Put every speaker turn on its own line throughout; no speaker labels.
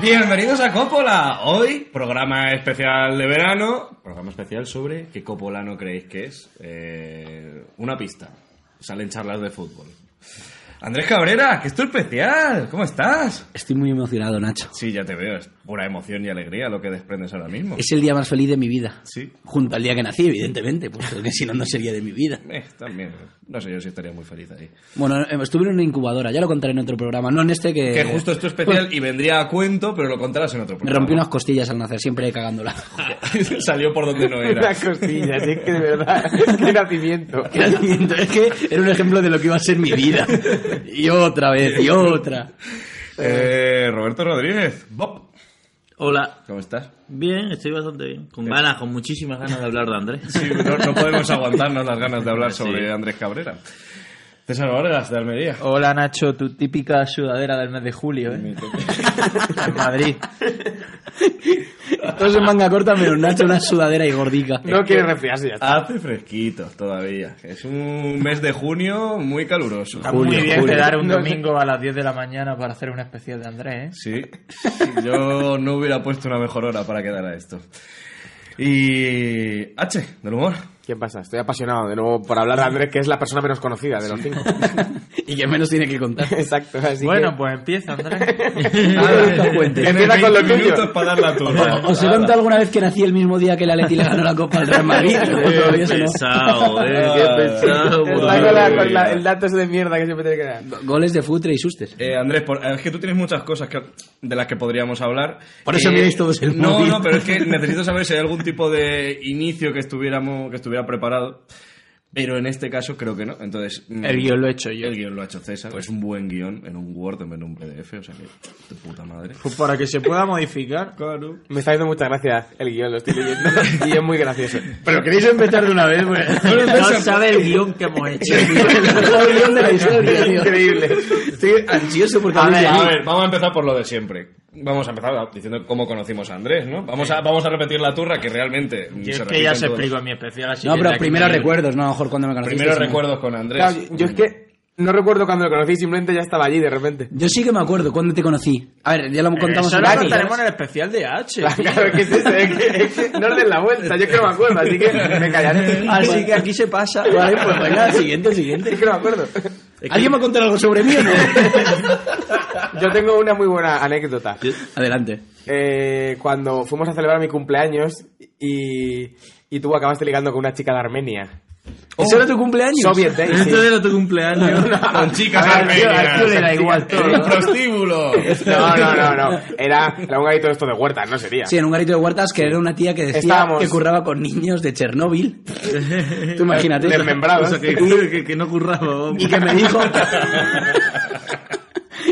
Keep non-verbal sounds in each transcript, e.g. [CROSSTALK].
Bienvenidos a Coppola. Hoy, programa especial de verano. Programa especial sobre qué Coppola no creéis que es. Eh, una pista. Salen charlas de fútbol. Andrés Cabrera, que es tu especial. ¿Cómo estás?
Estoy muy emocionado, Nacho.
Sí, ya te veo. Es pura emoción y alegría lo que desprendes ahora mismo.
Es el día más feliz de mi vida.
Sí.
Junto al día que nací, evidentemente, puesto que [LAUGHS] si no, no sería de mi vida.
Eh, también. No sé yo si estaría muy feliz ahí.
Bueno, eh, estuve en una incubadora, ya lo contaré en otro programa. No en este que.
Que justo es tu especial y vendría a cuento, pero lo contarás en otro
pues- Me
programa.
rompí unas costillas al nacer, siempre cagándola.
[LAUGHS] Salió por donde
[LAUGHS]
no era.
Las [LAUGHS] costillas, es que de verdad, [LAUGHS] qué nacimiento.
Era el viento, es que era un ejemplo de lo que iba a ser mi vida. Y otra vez, y otra.
Eh, Roberto Rodríguez, Bob.
Hola.
¿Cómo estás?
Bien, estoy bastante bien. Con ganas, con muchísimas ganas de hablar de Andrés.
[LAUGHS]
Sí, no, no
[LAUGHS]
podemos aguantarnos las ganas de hablar
Sí.
sobre Andrés Cabrera. César Vargas, de Almería.
Hola Nacho, tu típica sudadera del mes de julio, ¿eh? En Madrid.
Todos en manga corta, pero Nacho una sudadera y gordica.
[LAUGHS] No quiere resfriarse ya. está.
Hace fresquito todavía. Es un mes de junio muy caluroso.
Está
Julio,
muy bien
Julio.
quedar un domingo a las 10 de la mañana para hacer un especial de
¿eh?
Andrés,
Sí, sí, yo no hubiera puesto una mejor hora para quedar a esto. Y H, del humor.
¿eh? ¿Qué pasa? Estoy apasionado de nuevo por hablar de Andrés, que es la persona menos conocida de los cinco.
Y que menos tiene que contar.
[LAUGHS] Exacto, así
Bueno, pues empieza,
[LAUGHS]
Andrés.
Ah,
Nada,
[LAUGHS]
cuente.
Tienes
Empieza con lo
20
tuyo.
minutos para dar la turra.
¿Os he contado alguna vez que nací el mismo día que la Leti le ganó la Copa al Real Madrid? [LAUGHS] No, todavía eso no.
pesado, eh.
Ah.
pesado,
que...
pues,
por
Está con la-
Dios.
con la- el dato ese de mierda que siempre tiene que dar.
Goles de futre y sustes.
Eh, Andrés, por- es que tú tienes muchas cosas que- de las que podríamos hablar.
Por eso
Eh,
miráis todos el
No,
móvil.
no, pero es que necesito saber si hay algún tipo de inicio que estuviéramos, que estuviera preparado. Pero en este caso creo que no. Entonces, mm,
El guión lo he hecho yo.
el guión lo ha hecho César. Pues un buen guión en un Word en vez de un PDF, o sea que tu puta madre.
Pues para que se pueda modificar.
Claro.
Me está haciendo muchas gracias el guión, lo estoy leyendo. [LAUGHS] y es muy gracioso.
Pero queréis empezar de una vez,
No sabe el guión que hemos hecho.
el guión de la historia, tío.
Increíble.
Estoy ansioso porque
A
habéis
ver, a
llegado.
ver, vamos a empezar por lo de siempre. Vamos a empezar diciendo cómo conocimos a Andrés, ¿no? Vamos a, vamos a repetir la turra que realmente. mm,
[LAUGHS]
Yo es que
repite
ya
en
se
todos.
explico en mi especial. Así
No,
que
pero
ya-
primero recuerdos, no, a lo mejor cuando me conociste.
Primero
sí, no.
recuerdos con Andrés.
Claro, yo es que no recuerdo cuando lo conocí, simplemente ya estaba allí de repente.
Yo sí que me acuerdo cuando te conocí. A ver, ya lo contamos
Eso
en
lo
la-
contaremos en el especial de H.
Claro, es que, es eso, es que- es que no os den la vuelta, yo es que no me acuerdo, así que me callaré.
Así que aquí se pasa.
[LAUGHS] Vale, pues venga, siguiente, siguiente.
[LAUGHS] Es que no me acuerdo.
¿Alguien va a contar algo sobre mí o no?
Yo tengo una muy buena anécdota.
Adelante.
Eh, cuando fuimos a celebrar mi cumpleaños y, y tú acabaste ligando con una chica de Armenia.
¿Eso era tu cumpleaños?
Soviet [LAUGHS] Day, sí.
Esto era
[LAUGHS]
tu cumpleaños.
[LAUGHS] Con chicas
A ver, tío,
armenias.
al tío le da igual todo,
El
¿no?
prostíbulo.
No, no, no, no. Era, era un gadito de esto de huerta, no sería.
Sí, en un garito de huertas que era una tía que decía
Estábamos-
que curraba con niños de Chernóbil. Tú imagínate.
Desmembrados.
Cosa que,
[LAUGHS]
que, que no curraba. vamos.
y que me dijo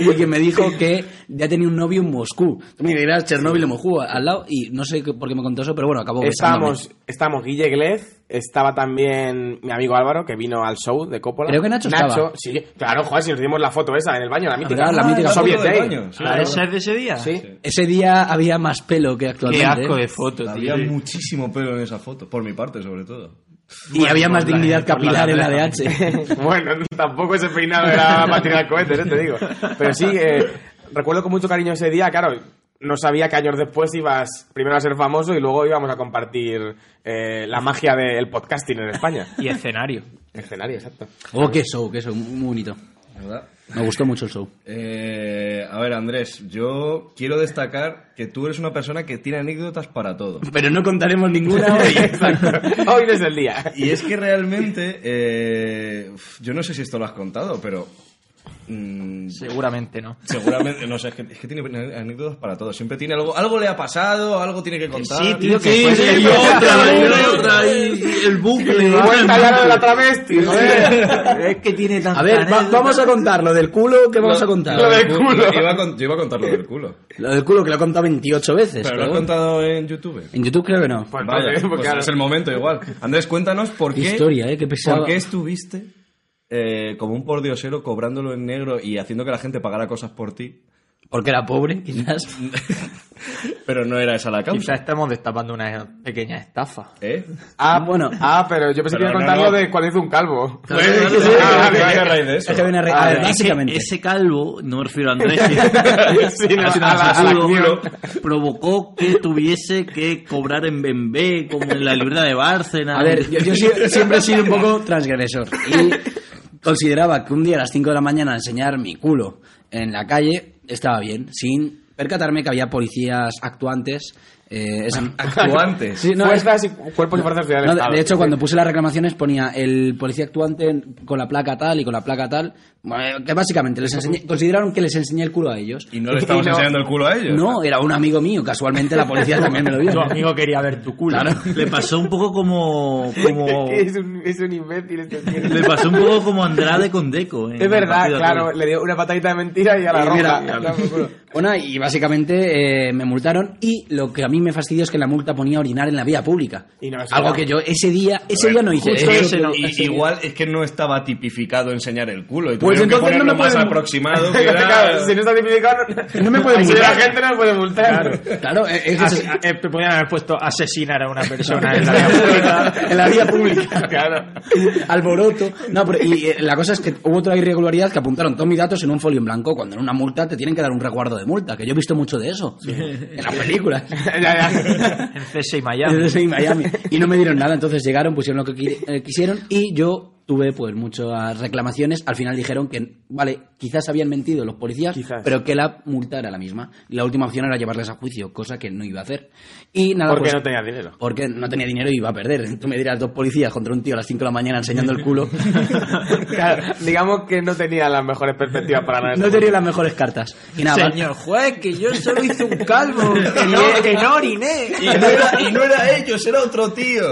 y que me dijo que ya tenía un novio en Moscú Tú me dirás Chernóbil en Moscú al lado y no sé qué- por qué me contó eso pero bueno acabó besándome.
Estábamos, estábamos Guille Glez, estaba también mi amigo Álvaro, que vino al show de Coppola.
Creo que Nacho estaba.
sí. Claro, joder, si nos dimos la foto esa en el baño, la mítica.
Ah, la mítica
Foto
Soviet
del
Day.
baño, sí,
Ah,
claro.
¿Esa es de ese día?
Sí.
ese día había más pelo que
Qué
actualmente
asco
¿eh?
de foto, tío.
Había muchísimo pelo en esa foto, por mi parte sobre todo.
y había
pues,
más dignidad capilar en la de
[LAUGHS]
H
Bueno, tampoco ese peinado era para tirar cohetes, ¿eh? te digo. Pero sí, eh, recuerdo con mucho cariño ese día, claro, no sabía que años después ibas primero a ser famoso y luego íbamos a compartir eh, la magia del podcasting en España.
Y escenario.
Escenario, exacto.
oh qué show qué show muy bonito
¿Verdad?
me gustó mucho el show
Eh, a ver, Andrés, yo quiero destacar que tú eres una persona que tiene anécdotas para todo.
pero no contaremos [LAUGHS] ninguna hoy
Hoy no es el día.
Y es que realmente, eh, uf, yo no sé si esto lo has contado, pero mm,
Seguramente no.
seguramente, no sé, es que, es que tiene anécdotas para todo. Siempre tiene algo, algo le ha pasado, algo tiene que contar.
Sí, tío, que
Ah, sí,
fue-
sí,
y otra, y otra, y el bucle.
Cuenta ya lo de la travesti, joder.
Es que tiene tan
a ver va- vamos a contar lo del culo que vamos a contar
Lo
del culo.
Iba a con- yo iba a contar lo del
[LAUGHS]
culo.
lo del culo que lo he contado 28 veces
Pero lo
pero
has
bueno.
contado en YouTube.
en YouTube creo que no
Pues
Vaya,
entonces,
pues
porque ahora-
es el momento igual. Andrés, cuéntanos por
Qué
qué,
historia, eh, qué pesado.
por qué estuviste eh, como un pordiosero cobrándolo en negro y haciendo que la gente pagara cosas por ti.
porque era pobre quizás
Pero no era esa la
Quizá
causa.
estamos destapando una pequeña estafa.
¿Eh?
Ah,
[LAUGHS] Bueno.
Ah, pero yo pensé que
Pero
iba a
no,
contar lo
no.
de cuando hizo un calvo.
[LAUGHS] Pues,
sí, sí.
ah,
vale,
viene
vale.
a raíz de eso.
Es que viene re-
Ah,
a ver,
Es que
básicamente.
ese calvo, no me refiero a Andrés,
Sí, no,
Ha sido
a la- a la
absurdo,
acción.
provocó que tuviese que cobrar en Bembé, como en la libreta de Bárcena.
A ver, yo, yo sie- siempre he sido un poco transgresor y consideraba que un día a las 5 de la mañana enseñar mi culo en la calle estaba bien, sin percatarme que había policías actuantes. eh, esa-
Actuantes.
Sí, no, es-
Fuerzas y cuerpos y fuerzas del
no, de-
Estado.
de hecho, cuando puse las reclamaciones ponía el policía actuante en- con la placa tal y con la placa tal, bueno, que básicamente les enseñé- consideraron que les enseñé el culo a ellos.
Y no le estabas
Y no.
enseñando el culo a ellos.
No, era un amigo mío, casualmente la policía también me lo vio.
Tu amigo quería ver tu culo.
Claro.
Le pasó un poco como.
[LAUGHS]
como
[LAUGHS] Es un, es un imbécil este tío.
le pasó un poco como Andrade con Deco. en
Es verdad,
Rápido y
claro,
Furioso.
le dio una patadita de mentira y a la
Y mira,
roja. Claro, por culo.
Bueno, y básicamente eh, me multaron y lo que a mí me fastidió es que en la multa ponía orinar en la vía pública. [LAUGHS]
Y no, eso
Algo
no.
que yo ese día,
A
ese
ver,
día no hice.
justo
Eso
ese
que-
no. Y-
ese día.
igual es que no estaba tipificado enseñar el culo. Y
Pues
tuvieron que
entonces no
ponerlo
me
más
pueden- [LAUGHS]
[LAUGHS]
aproximado. que era-
Claro, si no está tipificado,
No me
[LAUGHS]
pueden
Así
multar.
La gente no me puede [LAUGHS] multar.
Claro, eh, es que
As-
se-
eh, te podían haber puesto asesinar a una persona en la vía pública.
en la vía pública.
[LAUGHS] Claro.
[LAUGHS] Alboroto. No, pero y eh, la cosa es que hubo otra irregularidad que apuntaron todos mis datos en un folio en blanco, cuando en una multa te tienen que dar un resguardo de multa, que yo he visto mucho de eso en las películas.
[LAUGHS] Ya, ya.
En CSI
Yo
Miami.
soy Miami. Y no me dieron nada, entonces llegaron, pusieron lo que qui- eh, quisieron y yo tuve pues muchas reclamaciones. Al final dijeron que, vale, quizás habían mentido los policías,
Quizás.
pero que la multa era la misma. La última opción era llevarles a juicio, cosa que no iba a hacer. Y [LAUGHS] nada,
Porque
pues,
no tenía dinero.
porque no tenía dinero y iba a perder. Tú me dirás dos policías contra un tío a las 5 de la mañana enseñando el
[LAUGHS]
culo.
Claro, digamos que no tenía las mejores perspectivas para ganar.
No tenía las mejores cartas. Y nada,
juez, que yo solo hice un calvo.
[LAUGHS]
Que no, que no oriné.
Y no, era, y no era ellos, era otro
[LAUGHS]
tío.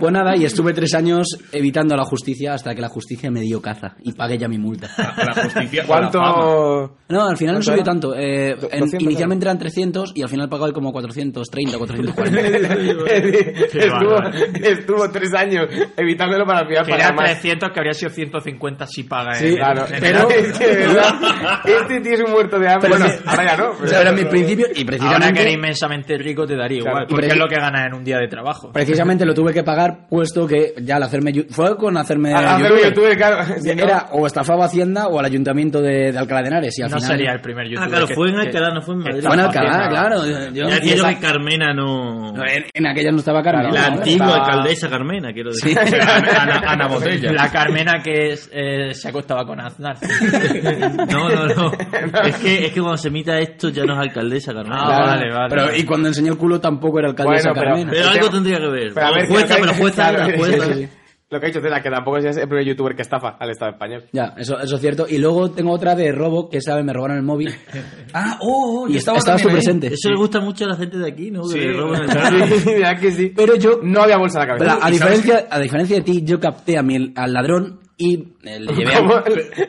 pues nada, y estuve tres años evitando la justicia hasta que la justicia me dio caza y pagué ya mi multa.
La justicia. la fama.
[LAUGHS] ¿Cuánto?
No, al final no
¿Cuánto
subió
era?
tanto. Eh,
Do-
en-
200,
inicialmente eran 300 y al final pagaba como 430 o
[LAUGHS]
440.
estuvo, estuvo tres años evitándolo para pillar
Que
para
eran
más.
300, que habría sido 150 si paga.
Sí,
en- [LAUGHS]
Claro,
en-
pero es que, de ¿verdad? [LAUGHS] Este tío es un muerto de hambre.
Pero
Bueno,
sí.
ahora ya no.
O sea, pero en mis principios, y
Ahora que
precisamente,
eres inmensamente rico te daría
Claro.
igual,
Y
porque
preci-
es lo que ganas en un día de trabajo.
precisamente lo tuve que pagar puesto que ya al hacerme... yu- Fue con hacerme...
A- hacer
youtuber.
YouTube, claro. Si no-
Era o estafaba Hacienda o al ayuntamiento de, de Alcalá de Henares. Y al
No
final,
sería el primer youtuber.
Ah, claro,
que-
fue en
que-
Alcalá, no fue en Madrid.
Fue en Alcalá,
Hacienda.
claro. Yo-
Ya aquello
esa-
que Carmena no.
no, en, en aquella no estaba Carmen.
La
¿no?
antigua
estaba-
[LAUGHS]
alcaldesa Carmena, quiero decir.
Ana, Ana- Ana Botella.
La Carmena que es, eh, se acostaba con [LAUGHS] Aznar.
No, no, no. Es que, es que cuando se emita esto ya no es alcaldesa Carmena.
Ah, vale, vale.
Pero, y cuando enseñó el culo tampoco era alcaldesa
Bueno, pero-
Carmena.
Pero
El
algo
tema-
tendría que ver.
Pero a ver,
jueza,
que-
pero jueza,
claro,
era jueza.
sí, sí, sí. [LAUGHS] Lo que ha dicho Cela, que tampoco es el primer youtuber que estafa al Estado español.
Ya, eso, eso es cierto. Y luego tengo otra de robo, que sabe, me robaron el móvil.
Ah, oh, oh,
y
yo estaba
estabas tú
también ahí.
presente.
Eso le gusta mucho a la gente de aquí, ¿no? Que
Sí.
le roban el carro.
[LAUGHS] Sí, sí, verdad que sí.
Pero yo,
No había bolsa en la
pero
cabeza.
a, diferencia, a diferencia de ti, yo capté a mi, al ladrón y eh, le llevé a... [LAUGHS]
¿Cómo?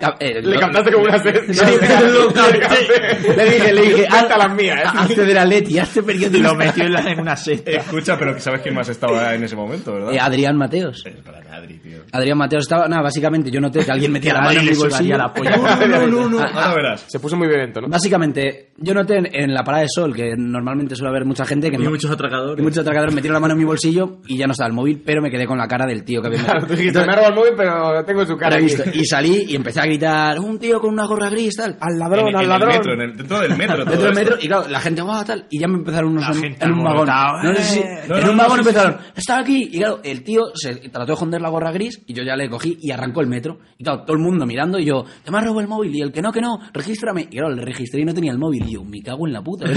Cap- eh,
Le
lo-
cantaste como una cesta. [LAUGHS]
lo capté.
Le dije, le dije,
haz-
hasta las mías. eh".
haz- hazte de la Leti, este hazte
[LAUGHS]
periodista.
Lo metió en, la- en una cesta.
Escucha, pero que sabes quién más estaba en ese momento, ¿verdad?
Eh, Adrián Mateos.
Eh, para Adri, tío.
Adrián Mateos estaba... Nada, básicamente yo noté que alguien metía la mano en mi bolsillo.
la polla.
[LAUGHS]
No, no, no, no. Ah, Ahora verás.
Se puso muy violento, ¿no?
Básicamente, yo noté en, en la parada de sol, que normalmente suele haber mucha gente que...
Hay
no-
muchos
y
atracadores.
muchos atracadores metieron la mano en mi bolsillo y ya no estaba el móvil, pero me quedé con la cara del tío
[LAUGHS]
que había metido.
Claro, tú dijiste, me roba el móvil, pero tengo su
Ahora
cara
he
aquí. [LAUGHS]
visto. Y salí y empecé a gritar, un tío con una gorra gris, tal.
Al
En,
ladrón,
en
al
el
ladrón.
metro, en el, dentro del metro.
Dentro
todo
del metro,
esto.
y claro, la gente, va tal. Y ya me empezaron unos
La
en-
gente
en un vagón.
alborotada,
No sé si-
eh.
No,
en
no,
un
no,
vagón
sí, sí,
empezaron, estaba aquí. Y claro, el tío se trató de esconder la gorra gris y yo ya le cogí y arrancó el metro. Y claro, todo el mundo mirando y yo, te me has robado el móvil. Y el que no, que no, regístrame. Y claro, le registré y no tenía el móvil. Y yo, me cago en la
[LAUGHS]
puta. a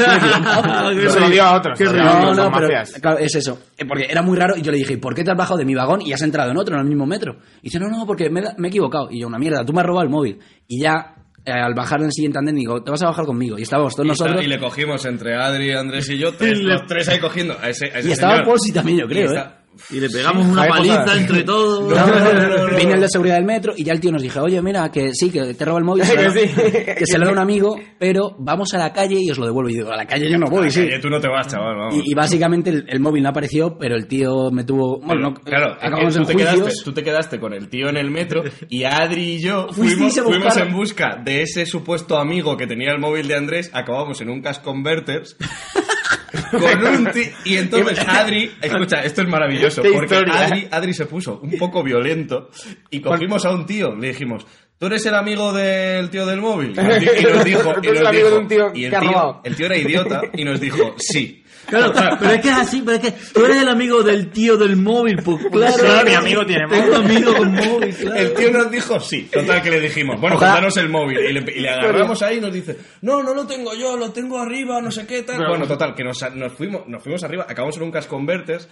ver si me he equivocado".
Pero Se lo dio a otros. se lo dio a
No,
otros,
no,
a
pero
mafias.
claro, es eso. Eh, Porque era muy raro y yo le dije, ¿por qué te has bajado de mi vagón y has entrado en otro, en el mismo metro? Y dice, no, no, porque me, he da- me he equivocado. Y yo, una mierda, tú me has robado el móvil. Y ya, eh, al bajar en el siguiente andén, digo, te vas a bajar conmigo. Y estábamos todos
Y, está-
nosotros.
y le cogimos entre Adri, Andrés y yo, tres, los tres ahí cogiendo a ese, a ese
Y estaba
señor.
Posi también, yo
Y
creo,
está-
¿eh?
Y le pegamos una
Jaime
paliza
Posada.
entre todos.
No, no, no, no. Vino el de seguridad del metro y ya el tío nos dijo, oye, mira, que sí, que te roba el móvil,
Que
pero-
sí.
que se lo da un amigo, pero vamos a la calle y os lo devuelvo. Y digo, a la calle yo no voy, sí.
Oye, tú no te vas, chaval, vamos.
Y, y básicamente el, el móvil no apareció, pero el tío me tuvo... Bueno, no-
claro, eh,
acabamos
tú,
en
te
juicios.
quedaste, tú te quedaste con el tío en el metro y Adri y
[LAUGHS]
yo fuimos,
Fuisteis a
fuimos
buscar-
en busca de ese supuesto amigo que tenía el móvil de Andrés, acabamos en un cash
[LAUGHS]
converters con un ti- y entonces Adri, escucha, esto es maravilloso,
Em- Qué
porque
historia.
Adri, Adri se puso un poco violento y cogimos a un tío, le dijimos, ¿tú eres el amigo del tío del
[LAUGHS]
móvil? Y nos di- y nos dijo,
Tú
y nos
eres el amigo
dijo-
de un tío
y el
que ha robado.
tío, el tío era idiota y nos dijo, sí.
Claro, pero es que es así, pero es que tú eres el amigo del tío del móvil, pues claro.
Solo mi amigo tiene móvil.
Tengo amigo con móvil, claro.
El tío nos dijo sí. Total, que le dijimos, bueno, pues
Ojalá.
danos el móvil. Y le, y le agarramos ahí y nos dice, no, no lo tengo yo, lo tengo arriba, no sé qué tal. Bueno, total, que nos, nos fuimos, nos fuimos arriba, acabamos en un cash converters.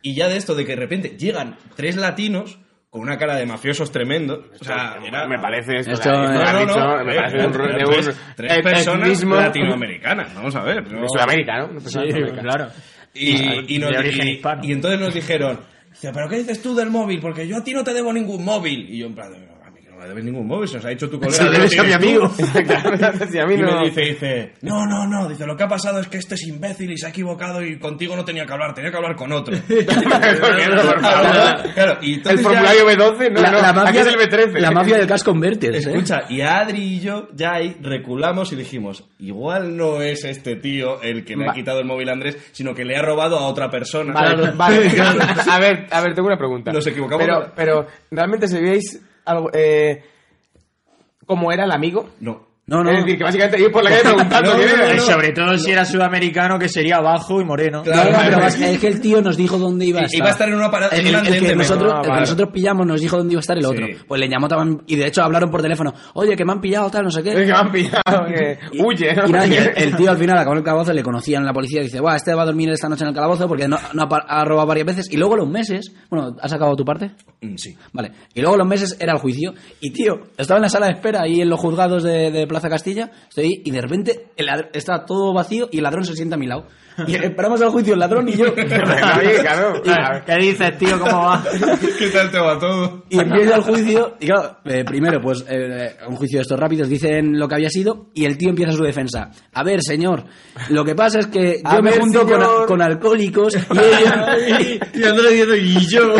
Y ya de esto, de que de repente llegan tres latinos con una cara de mafiosos tremendo. O sea, era-
me parece esto,
Esto,
o sea, esto
eh,
No,
lo han
no,
dicho,
no.
me
eh,
parece
eran
un ro- de
tres,
un
tres
eh,
personas
etnismo
latinoamericanas, vamos a ver. no-
de Sudamérica, ¿no? Una persona de Sudamérica.
claro.
y, y nos-
de origen
y-
hispano.
y entonces nos dijeron, "Dice, ¿pero qué dices tú del móvil? Porque yo a ti no te debo ningún móvil. Y yo en plan, a mí que no me debes ningún móvil, se nos ha
[LAUGHS]
dicho tu colega.
Se
no lo
lo debes a mi
tienes tú".
amigo. [LAUGHS] Claro, si a mí
Y
no.
me dice, dice, no, no, no, dice, lo que ha pasado es que este es imbécil y se ha equivocado y contigo no tenía que hablar, tenía que hablar con
[LAUGHS]
otro.
Por favor.
Claro, y entonces
El
ya-
formulario B12, no,
La,
no,
la
aquí
mafia,
es el B13. [LAUGHS]
la mafia del Cash Converters, ¿eh?
Escucha, y Adri y yo ya ahí reculamos y dijimos, igual no es este tío el que le ha
Va-
quitado el móvil a Andrés, sino que le ha robado a otra persona. [LAUGHS]
Vale,
[LAUGHS]
vale. A ver, a ver, tengo una pregunta.
Nos equivocamos.
Pero, pero ¿realmente se veis algo, eh, cómo era el amigo?
No.
No, no.
Es decir, que básicamente ir
[LAUGHS]
por la calle preguntando
No,
quién
no,
era.
Y sobre todo si era sudamericano, que sería bajo y moreno.
No, no,
Claro,
pero
claro.
es que- es que el tío nos dijo dónde iba a estar.
Iba a estar en una parada-
El,
en
el-
un
el
andén
que
de metro.
nosotros,
Ah,
el que
vale.
nosotros pillamos nos dijo dónde iba a estar el otro.
Sí.
Pues le llamó también- y de hecho hablaron por teléfono. Oye, que me han pillado, tal, no sé qué.
Es que me han pillado, que
Y-
huye. ¿no?
y
[LAUGHS]
nada, que el, el tío al final acabó en el calabozo, le conocían la policía, dice, guau, este va a dormir esta noche en el calabozo porque no, no ha, par- ha robado varias veces. Y luego a los meses, bueno, ¿has acabado tu parte?
Mm, Sí.
Vale. Y luego a los meses era el juicio. Y tío, estaba en la sala de espera ahí en los juzgados de, de Plaza Castilla, estoy ahí, y de repente el ladr- está todo vacío y el ladrón se sienta a mi lado. Y esperamos al juicio el ladrón y yo.
[LAUGHS] Oye, claro.
Claro, ¿Qué dices, tío? ¿Cómo va?
[LAUGHS] ¿Qué tal te va todo?
Y empieza el juicio, y claro, eh, primero, pues, eh, un juicio de estos rápidos, dicen lo que había sido, y el tío empieza su defensa. A ver, señor, lo que pasa es que
[LAUGHS] A
yo me
ver,
junto con,
señor.
con
[LAUGHS]
alcohólicos, y ellos...
Y Andrés diciendo, y yo.
[LAUGHS]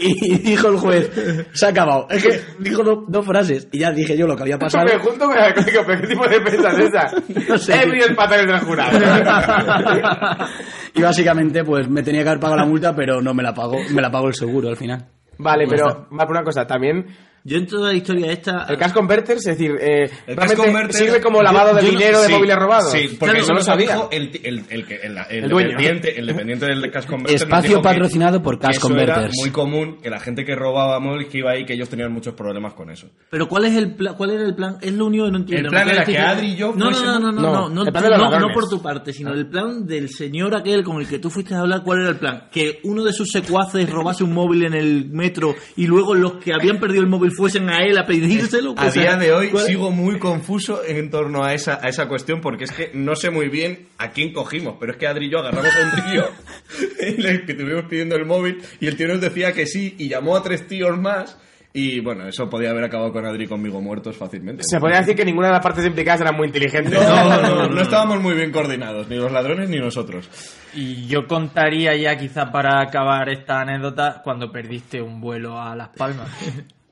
y dijo el juez, se ha acabado. Es que dijo do- dos frases, y ya dije yo lo que había pasado.
Me junto con el alcohólico, pero ¿qué tipo de defensa es esa?
No sé.
He venido el patrón del jurado.
[LAUGHS] y básicamente, pues, me tenía que haber pagado la multa, pero no me la pagó, me la pagó el seguro al final.
Vale, pero más por una cosa, también
Yo en toda la historia esta.
el cash converters, es decir, eh,
El cash
realmente
converter-
sirve como lavado de
Yo- yo no-
dinero de
sí,
móviles robados.
Sí, porque
Yo
eso no lo sabía. El, ti- el, el, que- el- el
El dueño.
dependiente, el dependiente del Cash Converter. nos
Espacio
dijo que-
patrocinado por
que
Cash
eso Era
Converters.
muy común que la gente que robaba móviles que iba ahí, que ellos tenían muchos problemas con eso.
Pero ¿cuál es el pla- cuál era el plan? Es lo único que no entiendo.
El plan
Porque
era
es
que Adri y yo
no, no, no,
fuésemos-
no, no, no,
No,
no,
el plan de los
no,
ladrones.
no por tu parte, sino el plan del señor aquel con el que tú fuiste a hablar, ¿cuál era el plan? Que uno de sus secuaces robase un móvil en el metro y luego los que habían perdido el móvil fuesen a él a pedírselo. pues,
A
O sea,
día de hoy
¿cuál-
sigo muy confuso en torno a esa, a esa cuestión porque es que no sé muy bien a quién cogimos, pero es que Adri y yo agarramos a un tío [LAUGHS] y le estuvimos pidiendo el móvil y el tío nos decía que sí y llamó a tres tíos más y bueno, eso podía haber acabado con Adri y conmigo muertos fácilmente.
Se podría decir que ninguna de las partes implicadas era muy inteligente.
No, no, no estábamos muy bien coordinados, ni los ladrones ni nosotros.
Y yo contaría ya, quizá para acabar esta anécdota, cuando perdiste un vuelo a Las
[LAUGHS]
Palmas.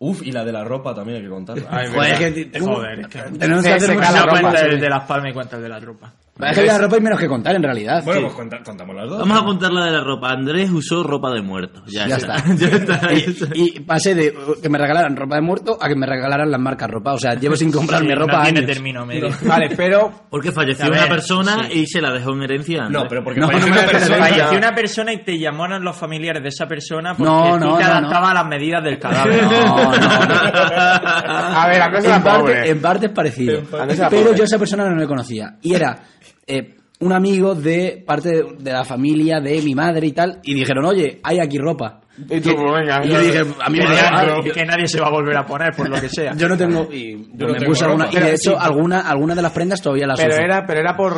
Uf, y la de la ropa también hay que contarla.
Ay,
Joder,
verdad. Eh,
es que tengo-
Joder, es que-
tenemos que
Se-
hacer ¿eh?
se
una-
cada
Cada
ropa,
cuenta
sí.
el de Las Palmas y cuenta el de la ropa.
Es que la ropa hay menos que contar, en realidad.
[LAUGHS] Bueno,
Sí.
pues conta- contamos las dos.
Vamos a contar la de la ropa. Andrés usó ropa de muerto. Ya,
Ya está.
[LAUGHS] ya está.
pues,
Y, y pasé de uh, que me regalaran ropa de muerto a que me regalaran las marcas ropa. O sea, llevo sin comprarme
Sí,
ropa
no tiene
años.
término medio.
[LAUGHS]
[LAUGHS]
Vale, pero
[LAUGHS] Porque falleció
A ver,
una persona y se la dejó en herencia. a Andrés.
No, pero porque
No,
parece
no me
una
la
persona-
Falleció una persona y te llamaron los familiares de esa persona porque
No,
tú
no, [LAUGHS]
te
no,
adaptabas a las medidas del cadáver.
No, no, no.
A ver, la cosa
en,
era
parte,
pobre.
en parte es parecido.
En parte era
Pero
pobre.
yo a esa persona no le conocía. Y era eh, un amigo de parte de, de la familia de mi madre y tal. Y dijeron, oye, hay aquí ropa.
Y tú, pues, venga.
Y yo dije, a mí
[LAUGHS] que,
me da-
nadie, que nadie se va a volver a poner, por lo que sea.
Yo no tengo. Y
Yo no
Pues me
tengo
puse
ropa.
alguna. Y
Pero
de hecho,
sí.
alguna, alguna de las prendas todavía las
Pero
uso.
era, pero era por.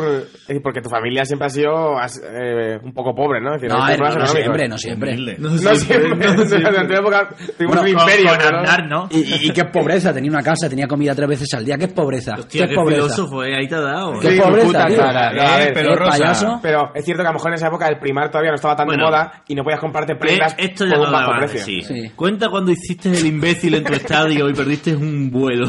eh, Porque tu familia siempre ha sido as- eh, un poco pobre, ¿no? Es decir,
No,
hay
a ver, no,
problemas
no
económicos.
siempre, no siempre.
Humilde.
No
No siempre. [LAUGHS]
no
no siempre. En tu época tuvimos
Bueno,
un
con-
imperio.
con
pero-
Aznar, ¿no?
Y, y- y qué pobreza, tenía una casa, tenía comida tres veces al día. ¿Qué es pobreza?
Hostia,
¿Qué
qué
es pobreza?
filósofo, eh. Ahí te ha dado.
¿Qué
eh.
Sí,
pobreza,
puta,
tío?
cara,
Eh,
no, a ver,
pero
¿eh,
Rosa,
payaso?
Pero es cierto que a lo mejor en esa época el primar todavía no estaba tan
Bueno.
de moda y no podías comprarte
Eh,
prendas
Esto
por
ya
un
lo
bajo
daba
precio.
sí.
Sí.
Cuenta cuando hiciste el imbécil en tu estadio y perdiste un vuelo.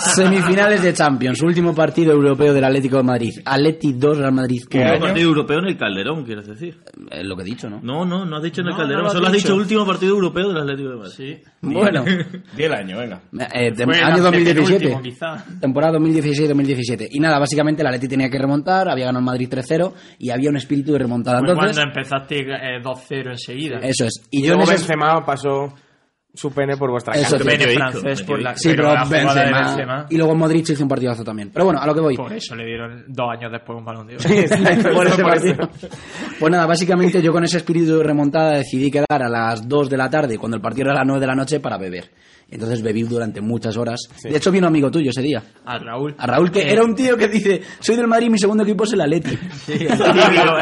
Semifinales de Champions, último partido europeo del Atlético de Madrid. Atleti 2, Real Madrid
Un
1.
partido europeo en el Calderón, quieres decir.
Es lo que he dicho, ¿no?
No, no, no has dicho en el
No,
Calderón.
no lo has
Solo has dicho
dicho.
último partido europeo del Atlético de Madrid.
Sí. [LAUGHS]
Bueno,
Di el año, venga.
eh, tem-
Fue el
año 2017.
antepenúltimo, quizá.
Temporada 2016-2017. Y nada, básicamente la Atleti tenía que remontar, había ganado el Madrid 3-0 y había un espíritu de remontada.
Fue
Entonces,
cuando empezaste eh, 2-0 enseguida.
eso es. Y
Y
yo en
luego
ese-
Benzema pasó su pene por vuestra
Eso
casa.
sí.
Pene
Periódico,
francés por la,
Sí,
pero
pero
la jugada de
Benzema-
Benzema.
Y luego Modric hizo un partidazo también. Pero bueno, a lo que voy.
Por eso le dieron dos años después un balón de oro.
Sí,
[LAUGHS]
[LAUGHS]
exacto,
Por ese
por eso.
partido. Pues nada, básicamente yo con ese espíritu de remontada decidí quedar a las 2 de la tarde, cuando el partido era a las 9 de la noche, para beber. Entonces bebí durante muchas horas. De hecho, vino un amigo tuyo ese día.
A Raúl.
A Raúl, que
Eh,
era un tío que dice, soy del Madrid y mi segundo equipo es el Atleti.
el típico, el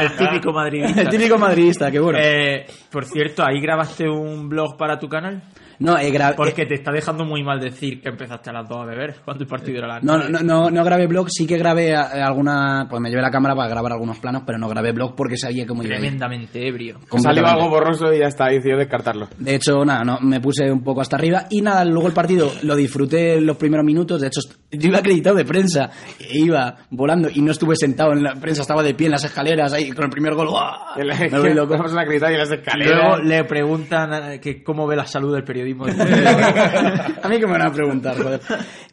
Ah.
típico madridista.
el típico madridista, que bueno.
Eh, por cierto, ¿ahí grabaste un blog para tu canal?
no, eh, gra- eh,
Porque te está dejando muy mal decir que empezaste a las 2 a beber cuando el partido era a las
no, no,
nueve.
no, no, no grabé blog, sí que grabé eh, alguna... Pues me llevé la cámara para grabar algunos planos, pero no grabé blog porque sabía cómo iba a ir.
Tremendamente ebrio.
Salió
Completamente.
algo borroso y ya está, decidió descartarlo.
De hecho, nada, no, me puse un poco hasta arriba y nada, luego el partido lo disfruté los primeros minutos. De hecho, [LAUGHS] est- yo iba acreditado de prensa, e iba volando y no estuve sentado en la prensa, estaba de pie en las escaleras ahí con el primer gol. ¡guau!
El-
Ah, Me volví loco.
[LAUGHS] Vamos a gritar y en las
Luego
escaleras.
le preguntan eh, que cómo ve la salud
[LAUGHS]
del periodismo.
a mí que me van a preguntar, joder.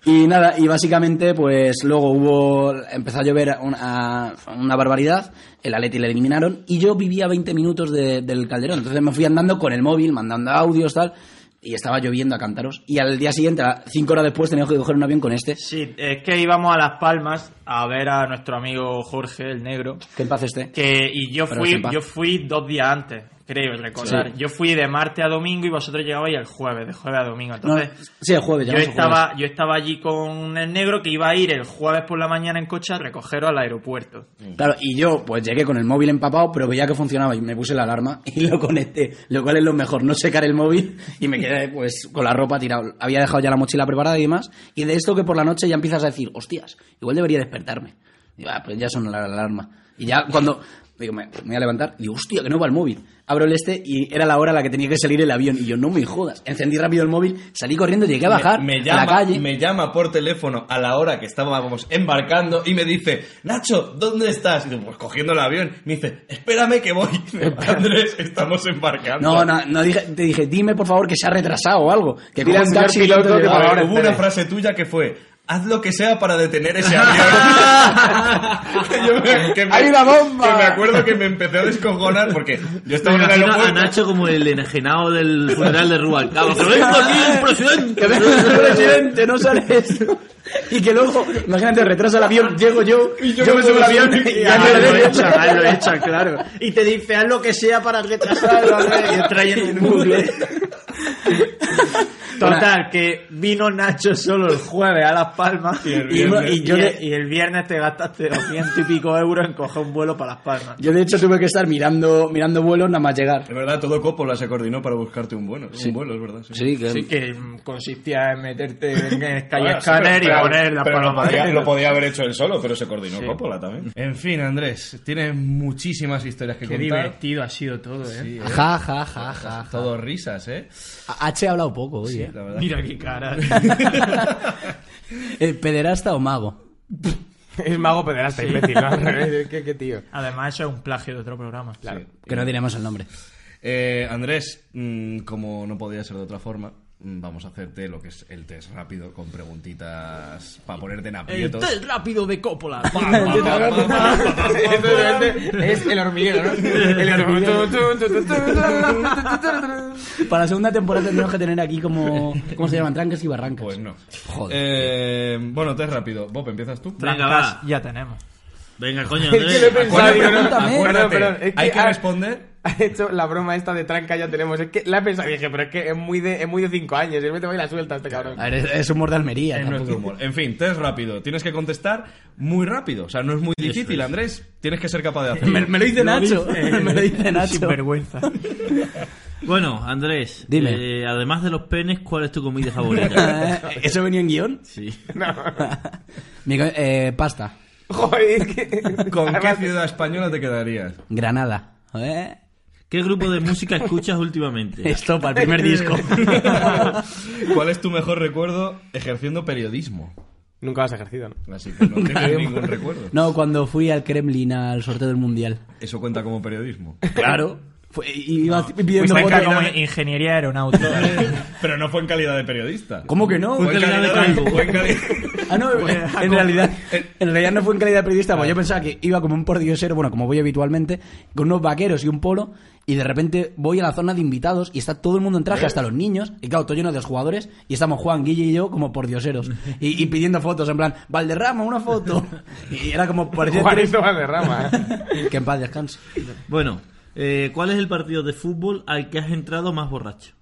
Y nada, y básicamente, pues luego hubo. Empezó a llover una, una barbaridad, el Atleti le eliminaron, y yo vivía 20 minutos de- del calderón. Entonces me fui andando con el móvil, mandando audios, tal, y estaba lloviendo a cántaros. Y al día siguiente, a- cinco horas después, teníamos que coger un avión con este.
sí, es que íbamos a Las Palmas a ver a nuestro amigo Jorge, el negro.
Que en paz esté.
Que, y yo
Pero
fui,
sepa.
yo fui dos días antes, creo recordar.
Sí.
Yo fui de martes a domingo y vosotros llegabais el jueves, de jueves a domingo.
No,
Entonces,
sí, el jueves,
yo
llegamos el jueves.
estaba, yo estaba allí con el negro que iba a ir el jueves por la mañana en coche a recogeros al aeropuerto.
Claro, y yo pues llegué con el móvil empapado, pero veía que funcionaba y me puse la alarma [LAUGHS] y lo conecté, lo cual es lo mejor, no secar el móvil [LAUGHS] y me quedé pues con la ropa tirada. Había dejado ya la mochila preparada y demás, y de esto que por la noche ya empiezas a decir, hostias, igual debería despertarme. Y va, pues ya sonó la alarma. Y ya cuando digo, me, me voy a levantar, digo, hostia, que no va el móvil. Abro el este y era la hora a la que tenía que salir el avión y yo, no me jodas. Encendí rápido el móvil, salí corriendo, llegué a bajar
me, me
a
llama,
la calle.
me llama por teléfono a la hora que estábamos embarcando y me dice, Nacho, ¿dónde estás? Y digo, pues cogiendo el avión. Me dice, espérame que voy. Y me dice, Andrés, estamos embarcando.
No, no, no dije, te dije, dime por favor que se ha retrasado o algo. Que
Dile
coja
al
un
señor
taxi
piloto
dentro de-
que
A
por
ver,
Ahora,
hubo
espera.
una frase tuya que fue, haz lo que sea para detener ese avión. Que yo me- que me-
¡Hay una bomba!
Que me acuerdo que me empecé a descojonar porque yo
Me
estaba en el
imagino a
aeropuerto.
Nacho como el enajenado del funeral de
[LAUGHS]
Rubalcaba. ¡Que vengo aquí el presidente!
Que venga el presidente, no sale esto. Y que luego, imagínate, retrasa el avión, llego yo,
Y yo
yo
me
me subo al
subo
avión
y
y
ya
ya no
lo
le
he
he
hecho.
hecho.
Ah, lo he hecho, claro.
[LAUGHS]
Y te dice, haz lo que sea para retrasarlo.
[LAUGHS]
hombre". Y entra ahí en [LAUGHS] un bucle. Total, que vino Nacho solo el jueves a Las Palmas y
el
el
viernes.
viernes, y,
yo le-
y el viernes te gastaste 200 y pico euros en coger un vuelo para Las Palmas.
Yo de hecho tuve que estar mirando, mirando vuelos nada más llegar.
Es verdad, todo Coppola se coordinó para buscarte un vuelo. Un vuelo, es verdad. sí.
que...
Sí, que mm, consistía en meterte en el
Ahora,
Sky
sí, pero-
Scanner y
pero-
poner las
pero lo
palomas.
podía, lo podía haber hecho él solo, pero se coordinó Coppola también. ¿eh? En fin, Andrés, tienes muchísimas historias que
Qué
contar.
divertido ha sido todo, eh.
Ja, ja, ja, ja.
Todo risas, ¿eh?
H ha hablado poco hoy, eh.
La verdad.
Mira qué cara.
Eh, ¿Pederasta o mago?
[LAUGHS] Es mago pederasta, imbécil. ¿no? [LAUGHS] Es que- ¿Qué tío?
Además, eso es un plagio de otro programa.
Claro.
Que no diremos el
[LAUGHS]
nombre.
[LAUGHS] Eh, Andrés, mm, como no podía ser de otra forma, mm, vamos a hacerte lo que es el test rápido con preguntitas para ponerte en aprietos.
rápido de [LAUGHS] Coppola.
Eh,
Es el hormiguero, ¿no? El hormiguero. Tu, tu, tu, tu, tu, tu, tu, tu, tu.
Para la segunda temporada tendríamos que tener aquí como... ¿Cómo se llaman? Tranques y barrancas.
Pues no.
Joder.
Eh, bueno, test rápido. Bob, ¿empiezas tú?
Venga, va.
ya tenemos.
Venga, coño,
Es que lo he
Andrés.
pensado, digo, no,
Pregúntame.
Perdón,
Acuérdate,
perdón, es que-
hay que
ah,
responder
ha hecho la broma esta de tranca ya tenemos. Es que la he pensado y dije, pero es que es muy de, es muy de cinco años. Y me te voy y la suelta este cabrón.
A ver, es- es humor de Almería.
Es
tampoco-
nuestro humor. En fin, test rápido. Tienes que contestar muy rápido. O sea, no es muy difícil, Andrés. Tienes que ser [LAUGHS] capaz de hacerlo.
Me, me lo dice Nacho. me lo dice Nacho.
Sin vergüenza. Pues
Bueno, Andrés,
Dime.
eh, además de los penes, ¿cuál es tu
[LAUGHS]
comida favorita?
Eh, ¿Eso venía en [LAUGHS] guión?
sí.
Mi co- eh, pasta.
[LAUGHS] Joder, es que.
¿Con qué
Además,
ciudad española te quedarías?
Granada. ¿Eh?
¿Qué grupo de música escuchas últimamente?
Esto para el primer disco.
¿Cuál es tu mejor recuerdo ejerciendo periodismo?
[LAUGHS] Nunca lo has ejercido, ¿no?
Así que [LAUGHS] no
[LAUGHS]
tienes ningún recuerdo.
no, cuando fui al Kremlin al sorteo del mundial.
Eso cuenta como [LAUGHS] periodismo.
Claro. Fue, iba pidiendo
Pues
votos.
como ingeniería aeronáutica.
eh, Pero no fue en calidad de periodista.
¿Cómo que no?
Fue en calidad de
calvo.
[LAUGHS] Fue en cali-
Ah, no, en realidad, en realidad no fue en calidad de periodista, pues yo pensaba que iba como un pordiosero, bueno, como voy habitualmente, con unos vaqueros y un polo, y de repente voy a la zona de invitados y está todo el mundo en traje, hasta los niños, y claro, todo lleno de los jugadores, y estamos Juan, Guille y yo como [LAUGHS] pordioseros, y, y pidiendo fotos, en plan, Valderrama, una [LAUGHS] foto. Y era como, parecía que eres-
Juanito Valderrama.
[LAUGHS] que en paz descanse.
Bueno, eh, ¿cuál es el partido de fútbol al que has entrado más borracho?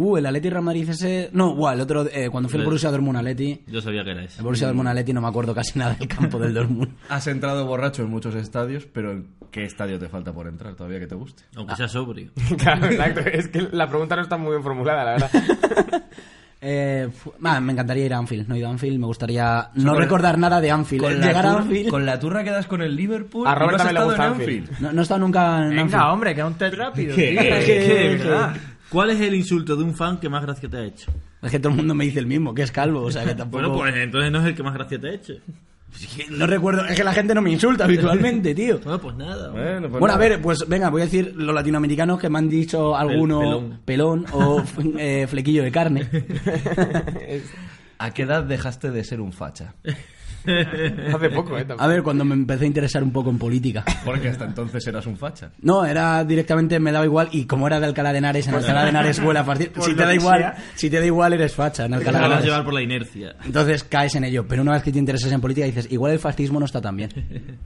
Uh, el Atleti Real Madrid ese... No, guau, el otro, eh, cuando fui al Borussia Dortmund Atleti,
Yo sabía que era ese.
el Borussia Dortmund Atleti no me acuerdo casi nada del campo del Dortmund.
Has entrado borracho en muchos estadios, pero ¿en qué estadio te falta por entrar todavía que te guste?
Aunque sea sobrio.
[LAUGHS] Claro, exacto. Es que la pregunta no está muy bien formulada, la verdad.
[LAUGHS] Eh, fu- ah, me encantaría ir a Anfield. No he ido a Anfield, me gustaría no
con-
recordar nada de Anfield. eh,
Con la,
Llegar a
turra,
Anfield.
con la turra que das con el Liverpool, y
A
no
Robert
has
también
estado
le gusta
en
Anfield.
Anfield.
No, no he estado nunca en
Venga,
Anfield.
hombre, que es un test rápido.
¿Qué?
tío. Es que, de verdad.
¿Cuál es el insulto de un fan que más gracia te ha hecho?
Es que todo el mundo me dice el mismo, que es calvo, o sea que tampoco.
Bueno, pues entonces no es el que más gracia te ha hecho.
No recuerdo, es que la gente no me insulta habitualmente, tío.
Bueno, pues nada.
Bueno, pues
Bueno,
nada.
a ver, pues venga, voy a decir los latinoamericanos que me han dicho alguno
pelón.
pelón, o eh, flequillo de carne.
¿A qué edad dejaste de ser un facha?
Hace poco, ¿eh? [LAUGHS]
A ver, cuando me empecé a interesar un poco en política.
Porque hasta entonces eras un [LAUGHS] facha.
No, era directamente me daba igual y como era de Alcalá de Henares, en Alcalá de Henares huele a farci-
Por
Si
lo
te da
que
igual,
sea.
si te da igual eres facha en
Te
Alcalá de
vas a
Henares.
llevar por la inercia.
Entonces caes en ello, pero una vez que te interesas en política dices, igual el fascismo no está tan bien.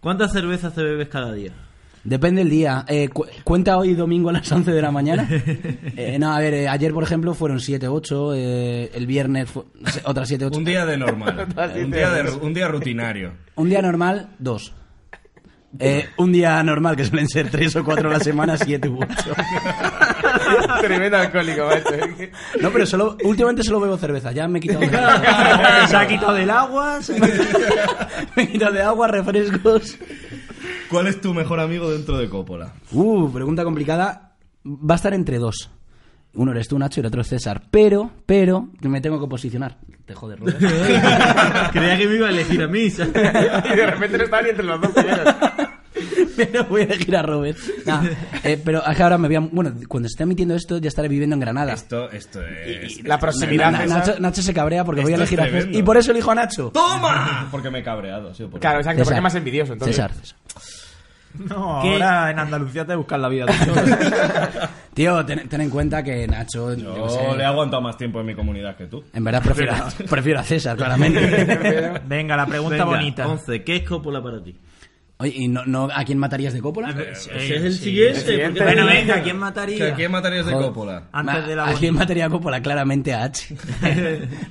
¿Cuántas cervezas te bebes cada día? [LAUGHS]
Depende el día. Eh, cu- ¿Cuenta hoy domingo a las 11 de la mañana? Eh, no, a ver, eh, ayer por ejemplo fueron 7, 8, eh, el viernes fu- se- otras 7, 8.
Un día de [LAUGHS] normal. un, día de, un día rutinario.
Un día normal, 2. un día normal, que suelen ser 3 o 4 a la semana, 7 u 8.
tampoco. Tremendo alcohólico, macho. Es que- [LAUGHS]
No, pero solo, últimamente solo bebo cerveza, ya me he quitado. [LAUGHS]
se ha quitado del agua. se-
me he quitado de agua, refrescos.
¿Cuál es tu mejor amigo dentro de Coppola?
Uh, pregunta complicada. Va a estar entre dos. Uno eres tú, Nacho, y el otro es César. Pero, pero, me tengo que posicionar. Te jode, Robert. [LAUGHS]
Creía que me iba a elegir a mí. ¿sabes?
Y de repente no estaba ni entre los dos primeros.
pero voy a elegir a Robert. Nah, eh, pero es que ahora me voy a... Bueno, cuando esté emitiendo esto, ya estaré viviendo en Granada.
Esto, esto es.
La proximidad.
Na-
esa-
Nacho, Nacho se cabrea porque voy a
Esto es
elegir a César.
tremendo.
Y por eso elijo a Nacho.
¡Toma! Porque me he cabreado, sí. por-
Claro, exacto. Porque
César.
es más envidioso, entonces.
César, César.
No,
¿Qué?
ahora en Andalucía te buscas la vida tú solo.
Tío, ten, ten en cuenta que Nacho... yo qué sé,
Yo le he aguantado más tiempo en mi comunidad que tú.
en verdad prefiero, prefiero a César, claramente.
[LAUGHS] Venga, la pregunta
Venga,
bonita.
11. ¿Qué es Coppola para ti?
Oye, ¿y no, no- a quién matarías de Coppola?
Ese es el siguiente.
siguiente.
porque-
Bueno, venga,
O
¿quién
sea,
mataría?
¿Qué materias de Coppola?
[LAUGHS]
Antes de la
Aquí en
bonita.
materia Coppola, claramente a
[LAUGHS]
H.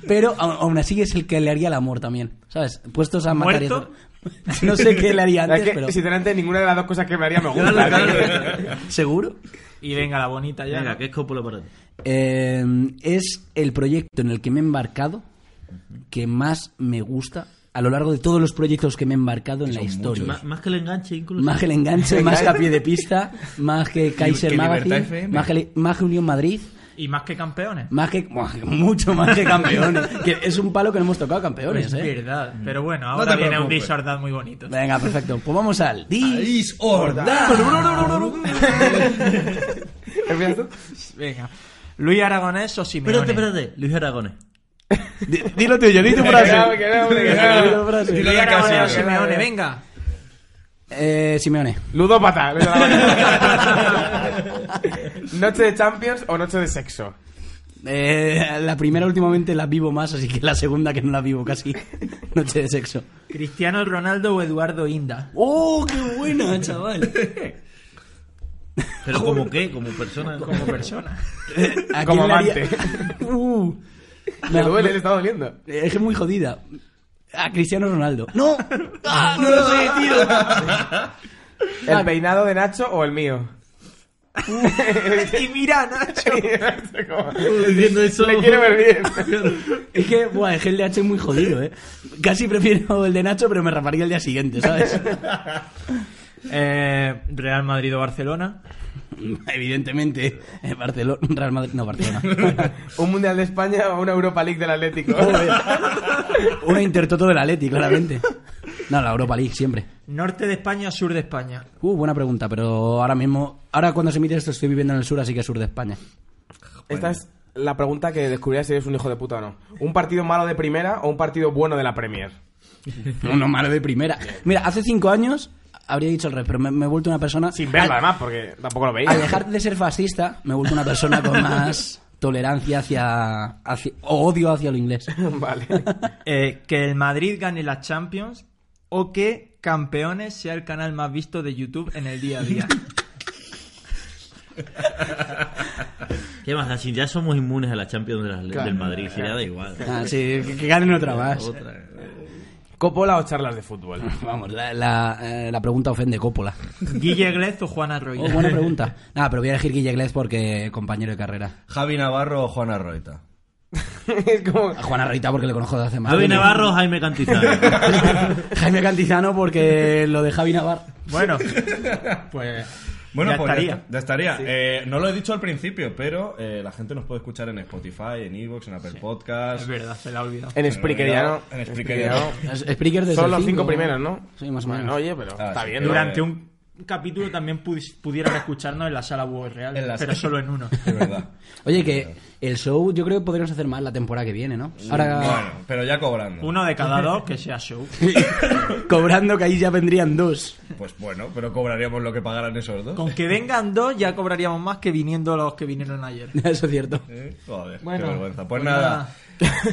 Pero a- aún así es el que le haría el amor también, ¿sabes? Puestos a matar... y
¿Muerto?
hacer- [LAUGHS] No sé qué le haría
[LAUGHS] Es
antes,
que,
pero...
sinceramente, ninguna de las dos cosas que me haría me gusta. tío.
¿Seguro?
Y venga, la bonita ya.
Venga, ¿qué es Coppola para ti?
Eh, es el proyecto en el que me he embarcado que más me gusta a lo largo de todos los proyectos que me he embarcado en la historia.
Má- Más que el enganche, incluso.
Más que el enganche, más que a pie de pista, más que Kaiser
que Libertad
Magazine,
FM.
más que, li- más que Unión Madrid,
Y más que campeones.
más que buah, [LAUGHS] mucho más que campeones. que es un palo que no hemos tocado campeones,
Es
¿eh?
verdad. Pero bueno,
No
ahora
te
viene un
preocupes.
disordad muy bonito.
Venga, perfecto. Pues vamos al
¡Is Horda!
¿Empiezas tú?
[LAUGHS] Venga. Luis Aragonés o Simeone.
Espérate, espérate. Luis Aragones.
Di- Dilo tuyo, di tu
Que no,
frase.
que no, hombre, que
Di
no.
tu frase.
Dilo
Luis
ya casi,
Aragonés o
ya.
Simeone, venga.
Eh, Simeone.
Ludópata. ludópata. [LAUGHS] ¿Noche de Champions o noche de sexo?
Eh, la primera últimamente la vivo más, así que la segunda que no la vivo casi. Noche de sexo.
Cristiano
[LAUGHS]
Ronaldo o Eduardo Inda.
¡Oh, qué buena, chaval!
Pero como qué, como persona.
como
[LAUGHS]
persona.
Eh, Aquí
Como
le haría- [LAUGHS]
amante.
Uh.
Me
No,
duele, le está doliendo.
Es que muy jodida. A Cristiano Ronaldo. ¡No! ¡Ah, no lo sé, [LAUGHS] tío! Ah.
¿El peinado de Nacho o el
[LAUGHS]
mío?
y mira, Nacho.
Diciendo eso.
Le quiero ver bien.
Es que, buah, es que el de H es muy jodido, ¿eh? Casi prefiero el de Nacho, pero me raparía el día siguiente, ¿sabes?
[LAUGHS] Eh, Real Madrid o Barcelona.
[LAUGHS] Evidentemente, eh, Barcelona, Real Madrid, no
[LAUGHS]
Barcelona. [LAUGHS]
¿Un Mundial de España o una Europa League del Atlético?
Una intertoto del Atleti, claramente. No, la Europa League, siempre.
Norte de España, sur de España.
Uh, buena pregunta, pero ahora mismo, ahora cuando se mire esto estoy viviendo en el sur, así que sur de España.
Esta es la pregunta que descubrirás si eres un hijo de puta o no. ¿Un partido malo de primera o un partido bueno de la Premier?
Uno malo de primera. Mira, hace cinco años habría dicho el rey, pero me, me he vuelto una persona...
Sin verlo, además, porque tampoco lo veía.
Al dejar de ser fascista, me he vuelto una persona con más tolerancia hacia, hacia- o odio hacia lo inglés.
[LAUGHS] Vale.
Eh, que el Madrid gane la Champions o que Campeones sea el canal más visto de YouTube en el día a día.
¿Qué más? Si ya somos inmunes a la Champions de las- del Madrid, si ya da igual.
Ah, sí, que, que ganen otra más.
Otra.
¿Copola o charlas
[LAUGHS]
de fútbol?
Vamos, la, la, eh, la pregunta ofende Coppola.
Guille Glez o Juan Arroyo.
Oh, buena pregunta. Nada, pero voy a elegir Guille Iglesias porque compañero de carrera.
Javi Navarro o Juana Roita.
es como...
A Juana Rita porque le conozco de hace más.
Javi
tiempo.
Navarro o Jaime Cantizano.
[LAUGHS] Jaime Cantizano porque lo de Javi Navarro.
Bueno, pues
Bueno,
Ya
pues
estaría.
Ya, estaría. Eh, no lo he dicho al principio, pero eh, la gente nos puede escuchar en Spotify, en Evox, en Apple Podcasts.
es verdad, se la ha olvidado.
En
En
Sprickeriano.
realidad, En Sprickeriano.
Spreaker desde
Son los
el
cinco
cinco.
primeros, ¿no?
Sí, más o menos.
Bueno, oye, pero
Ah,
está
sí.
bien. ¿no?
Durante un capítulo también pudi- pudieron escucharnos en la sala Búho Real,
En la
pero
sala.
solo en uno.
Es verdad.
Oye, que el show yo creo que podríamos hacer más la temporada que viene, ¿no? Ahora
Bueno, pero ya cobrando.
Uno de cada dos que sea show.
[LAUGHS] cobrando que ahí ya vendrían dos. [LAUGHS]
Pues bueno, pero cobraríamos lo que pagaran esos dos.
Con que vengan dos ya cobraríamos más que viniendo los que vinieron ayer.
Eso es cierto.
Eh, Joder,
Bueno,
qué vergüenza. Pues
pues
nada.
Se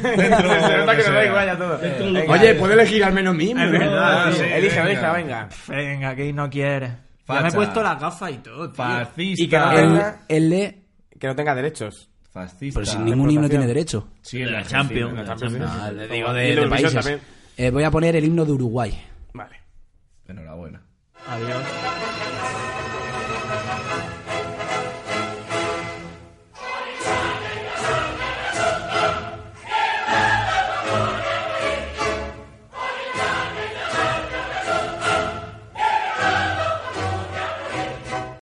[LAUGHS] Dentro
[LAUGHS]
de lo
nota
que
que nos da
sea.
igual ya todo. Venga,
Oye, puedo elegir al menos mismo.
Es verdad,
Ah,
tío.
sí,
Elige,
venga.
venga, venga.
Venga, que no quiere. Ya me he
Facha.
puesto las gafas y todo, tío.
Fascista.
Y que no
El,
tenga-
el de...
Que no tenga derechos.
Fascista.
Pero si ningún himno tiene derecho.
Sí, en
La
la
Champions.
Champions.
la
Champions,
Champions.
sí.
Ah, le digo
Y
de, de
Eurovisión
países.
también.
Eh, voy a poner el himno de Uruguay.
Vale.
Enhorabuena.
Adiós.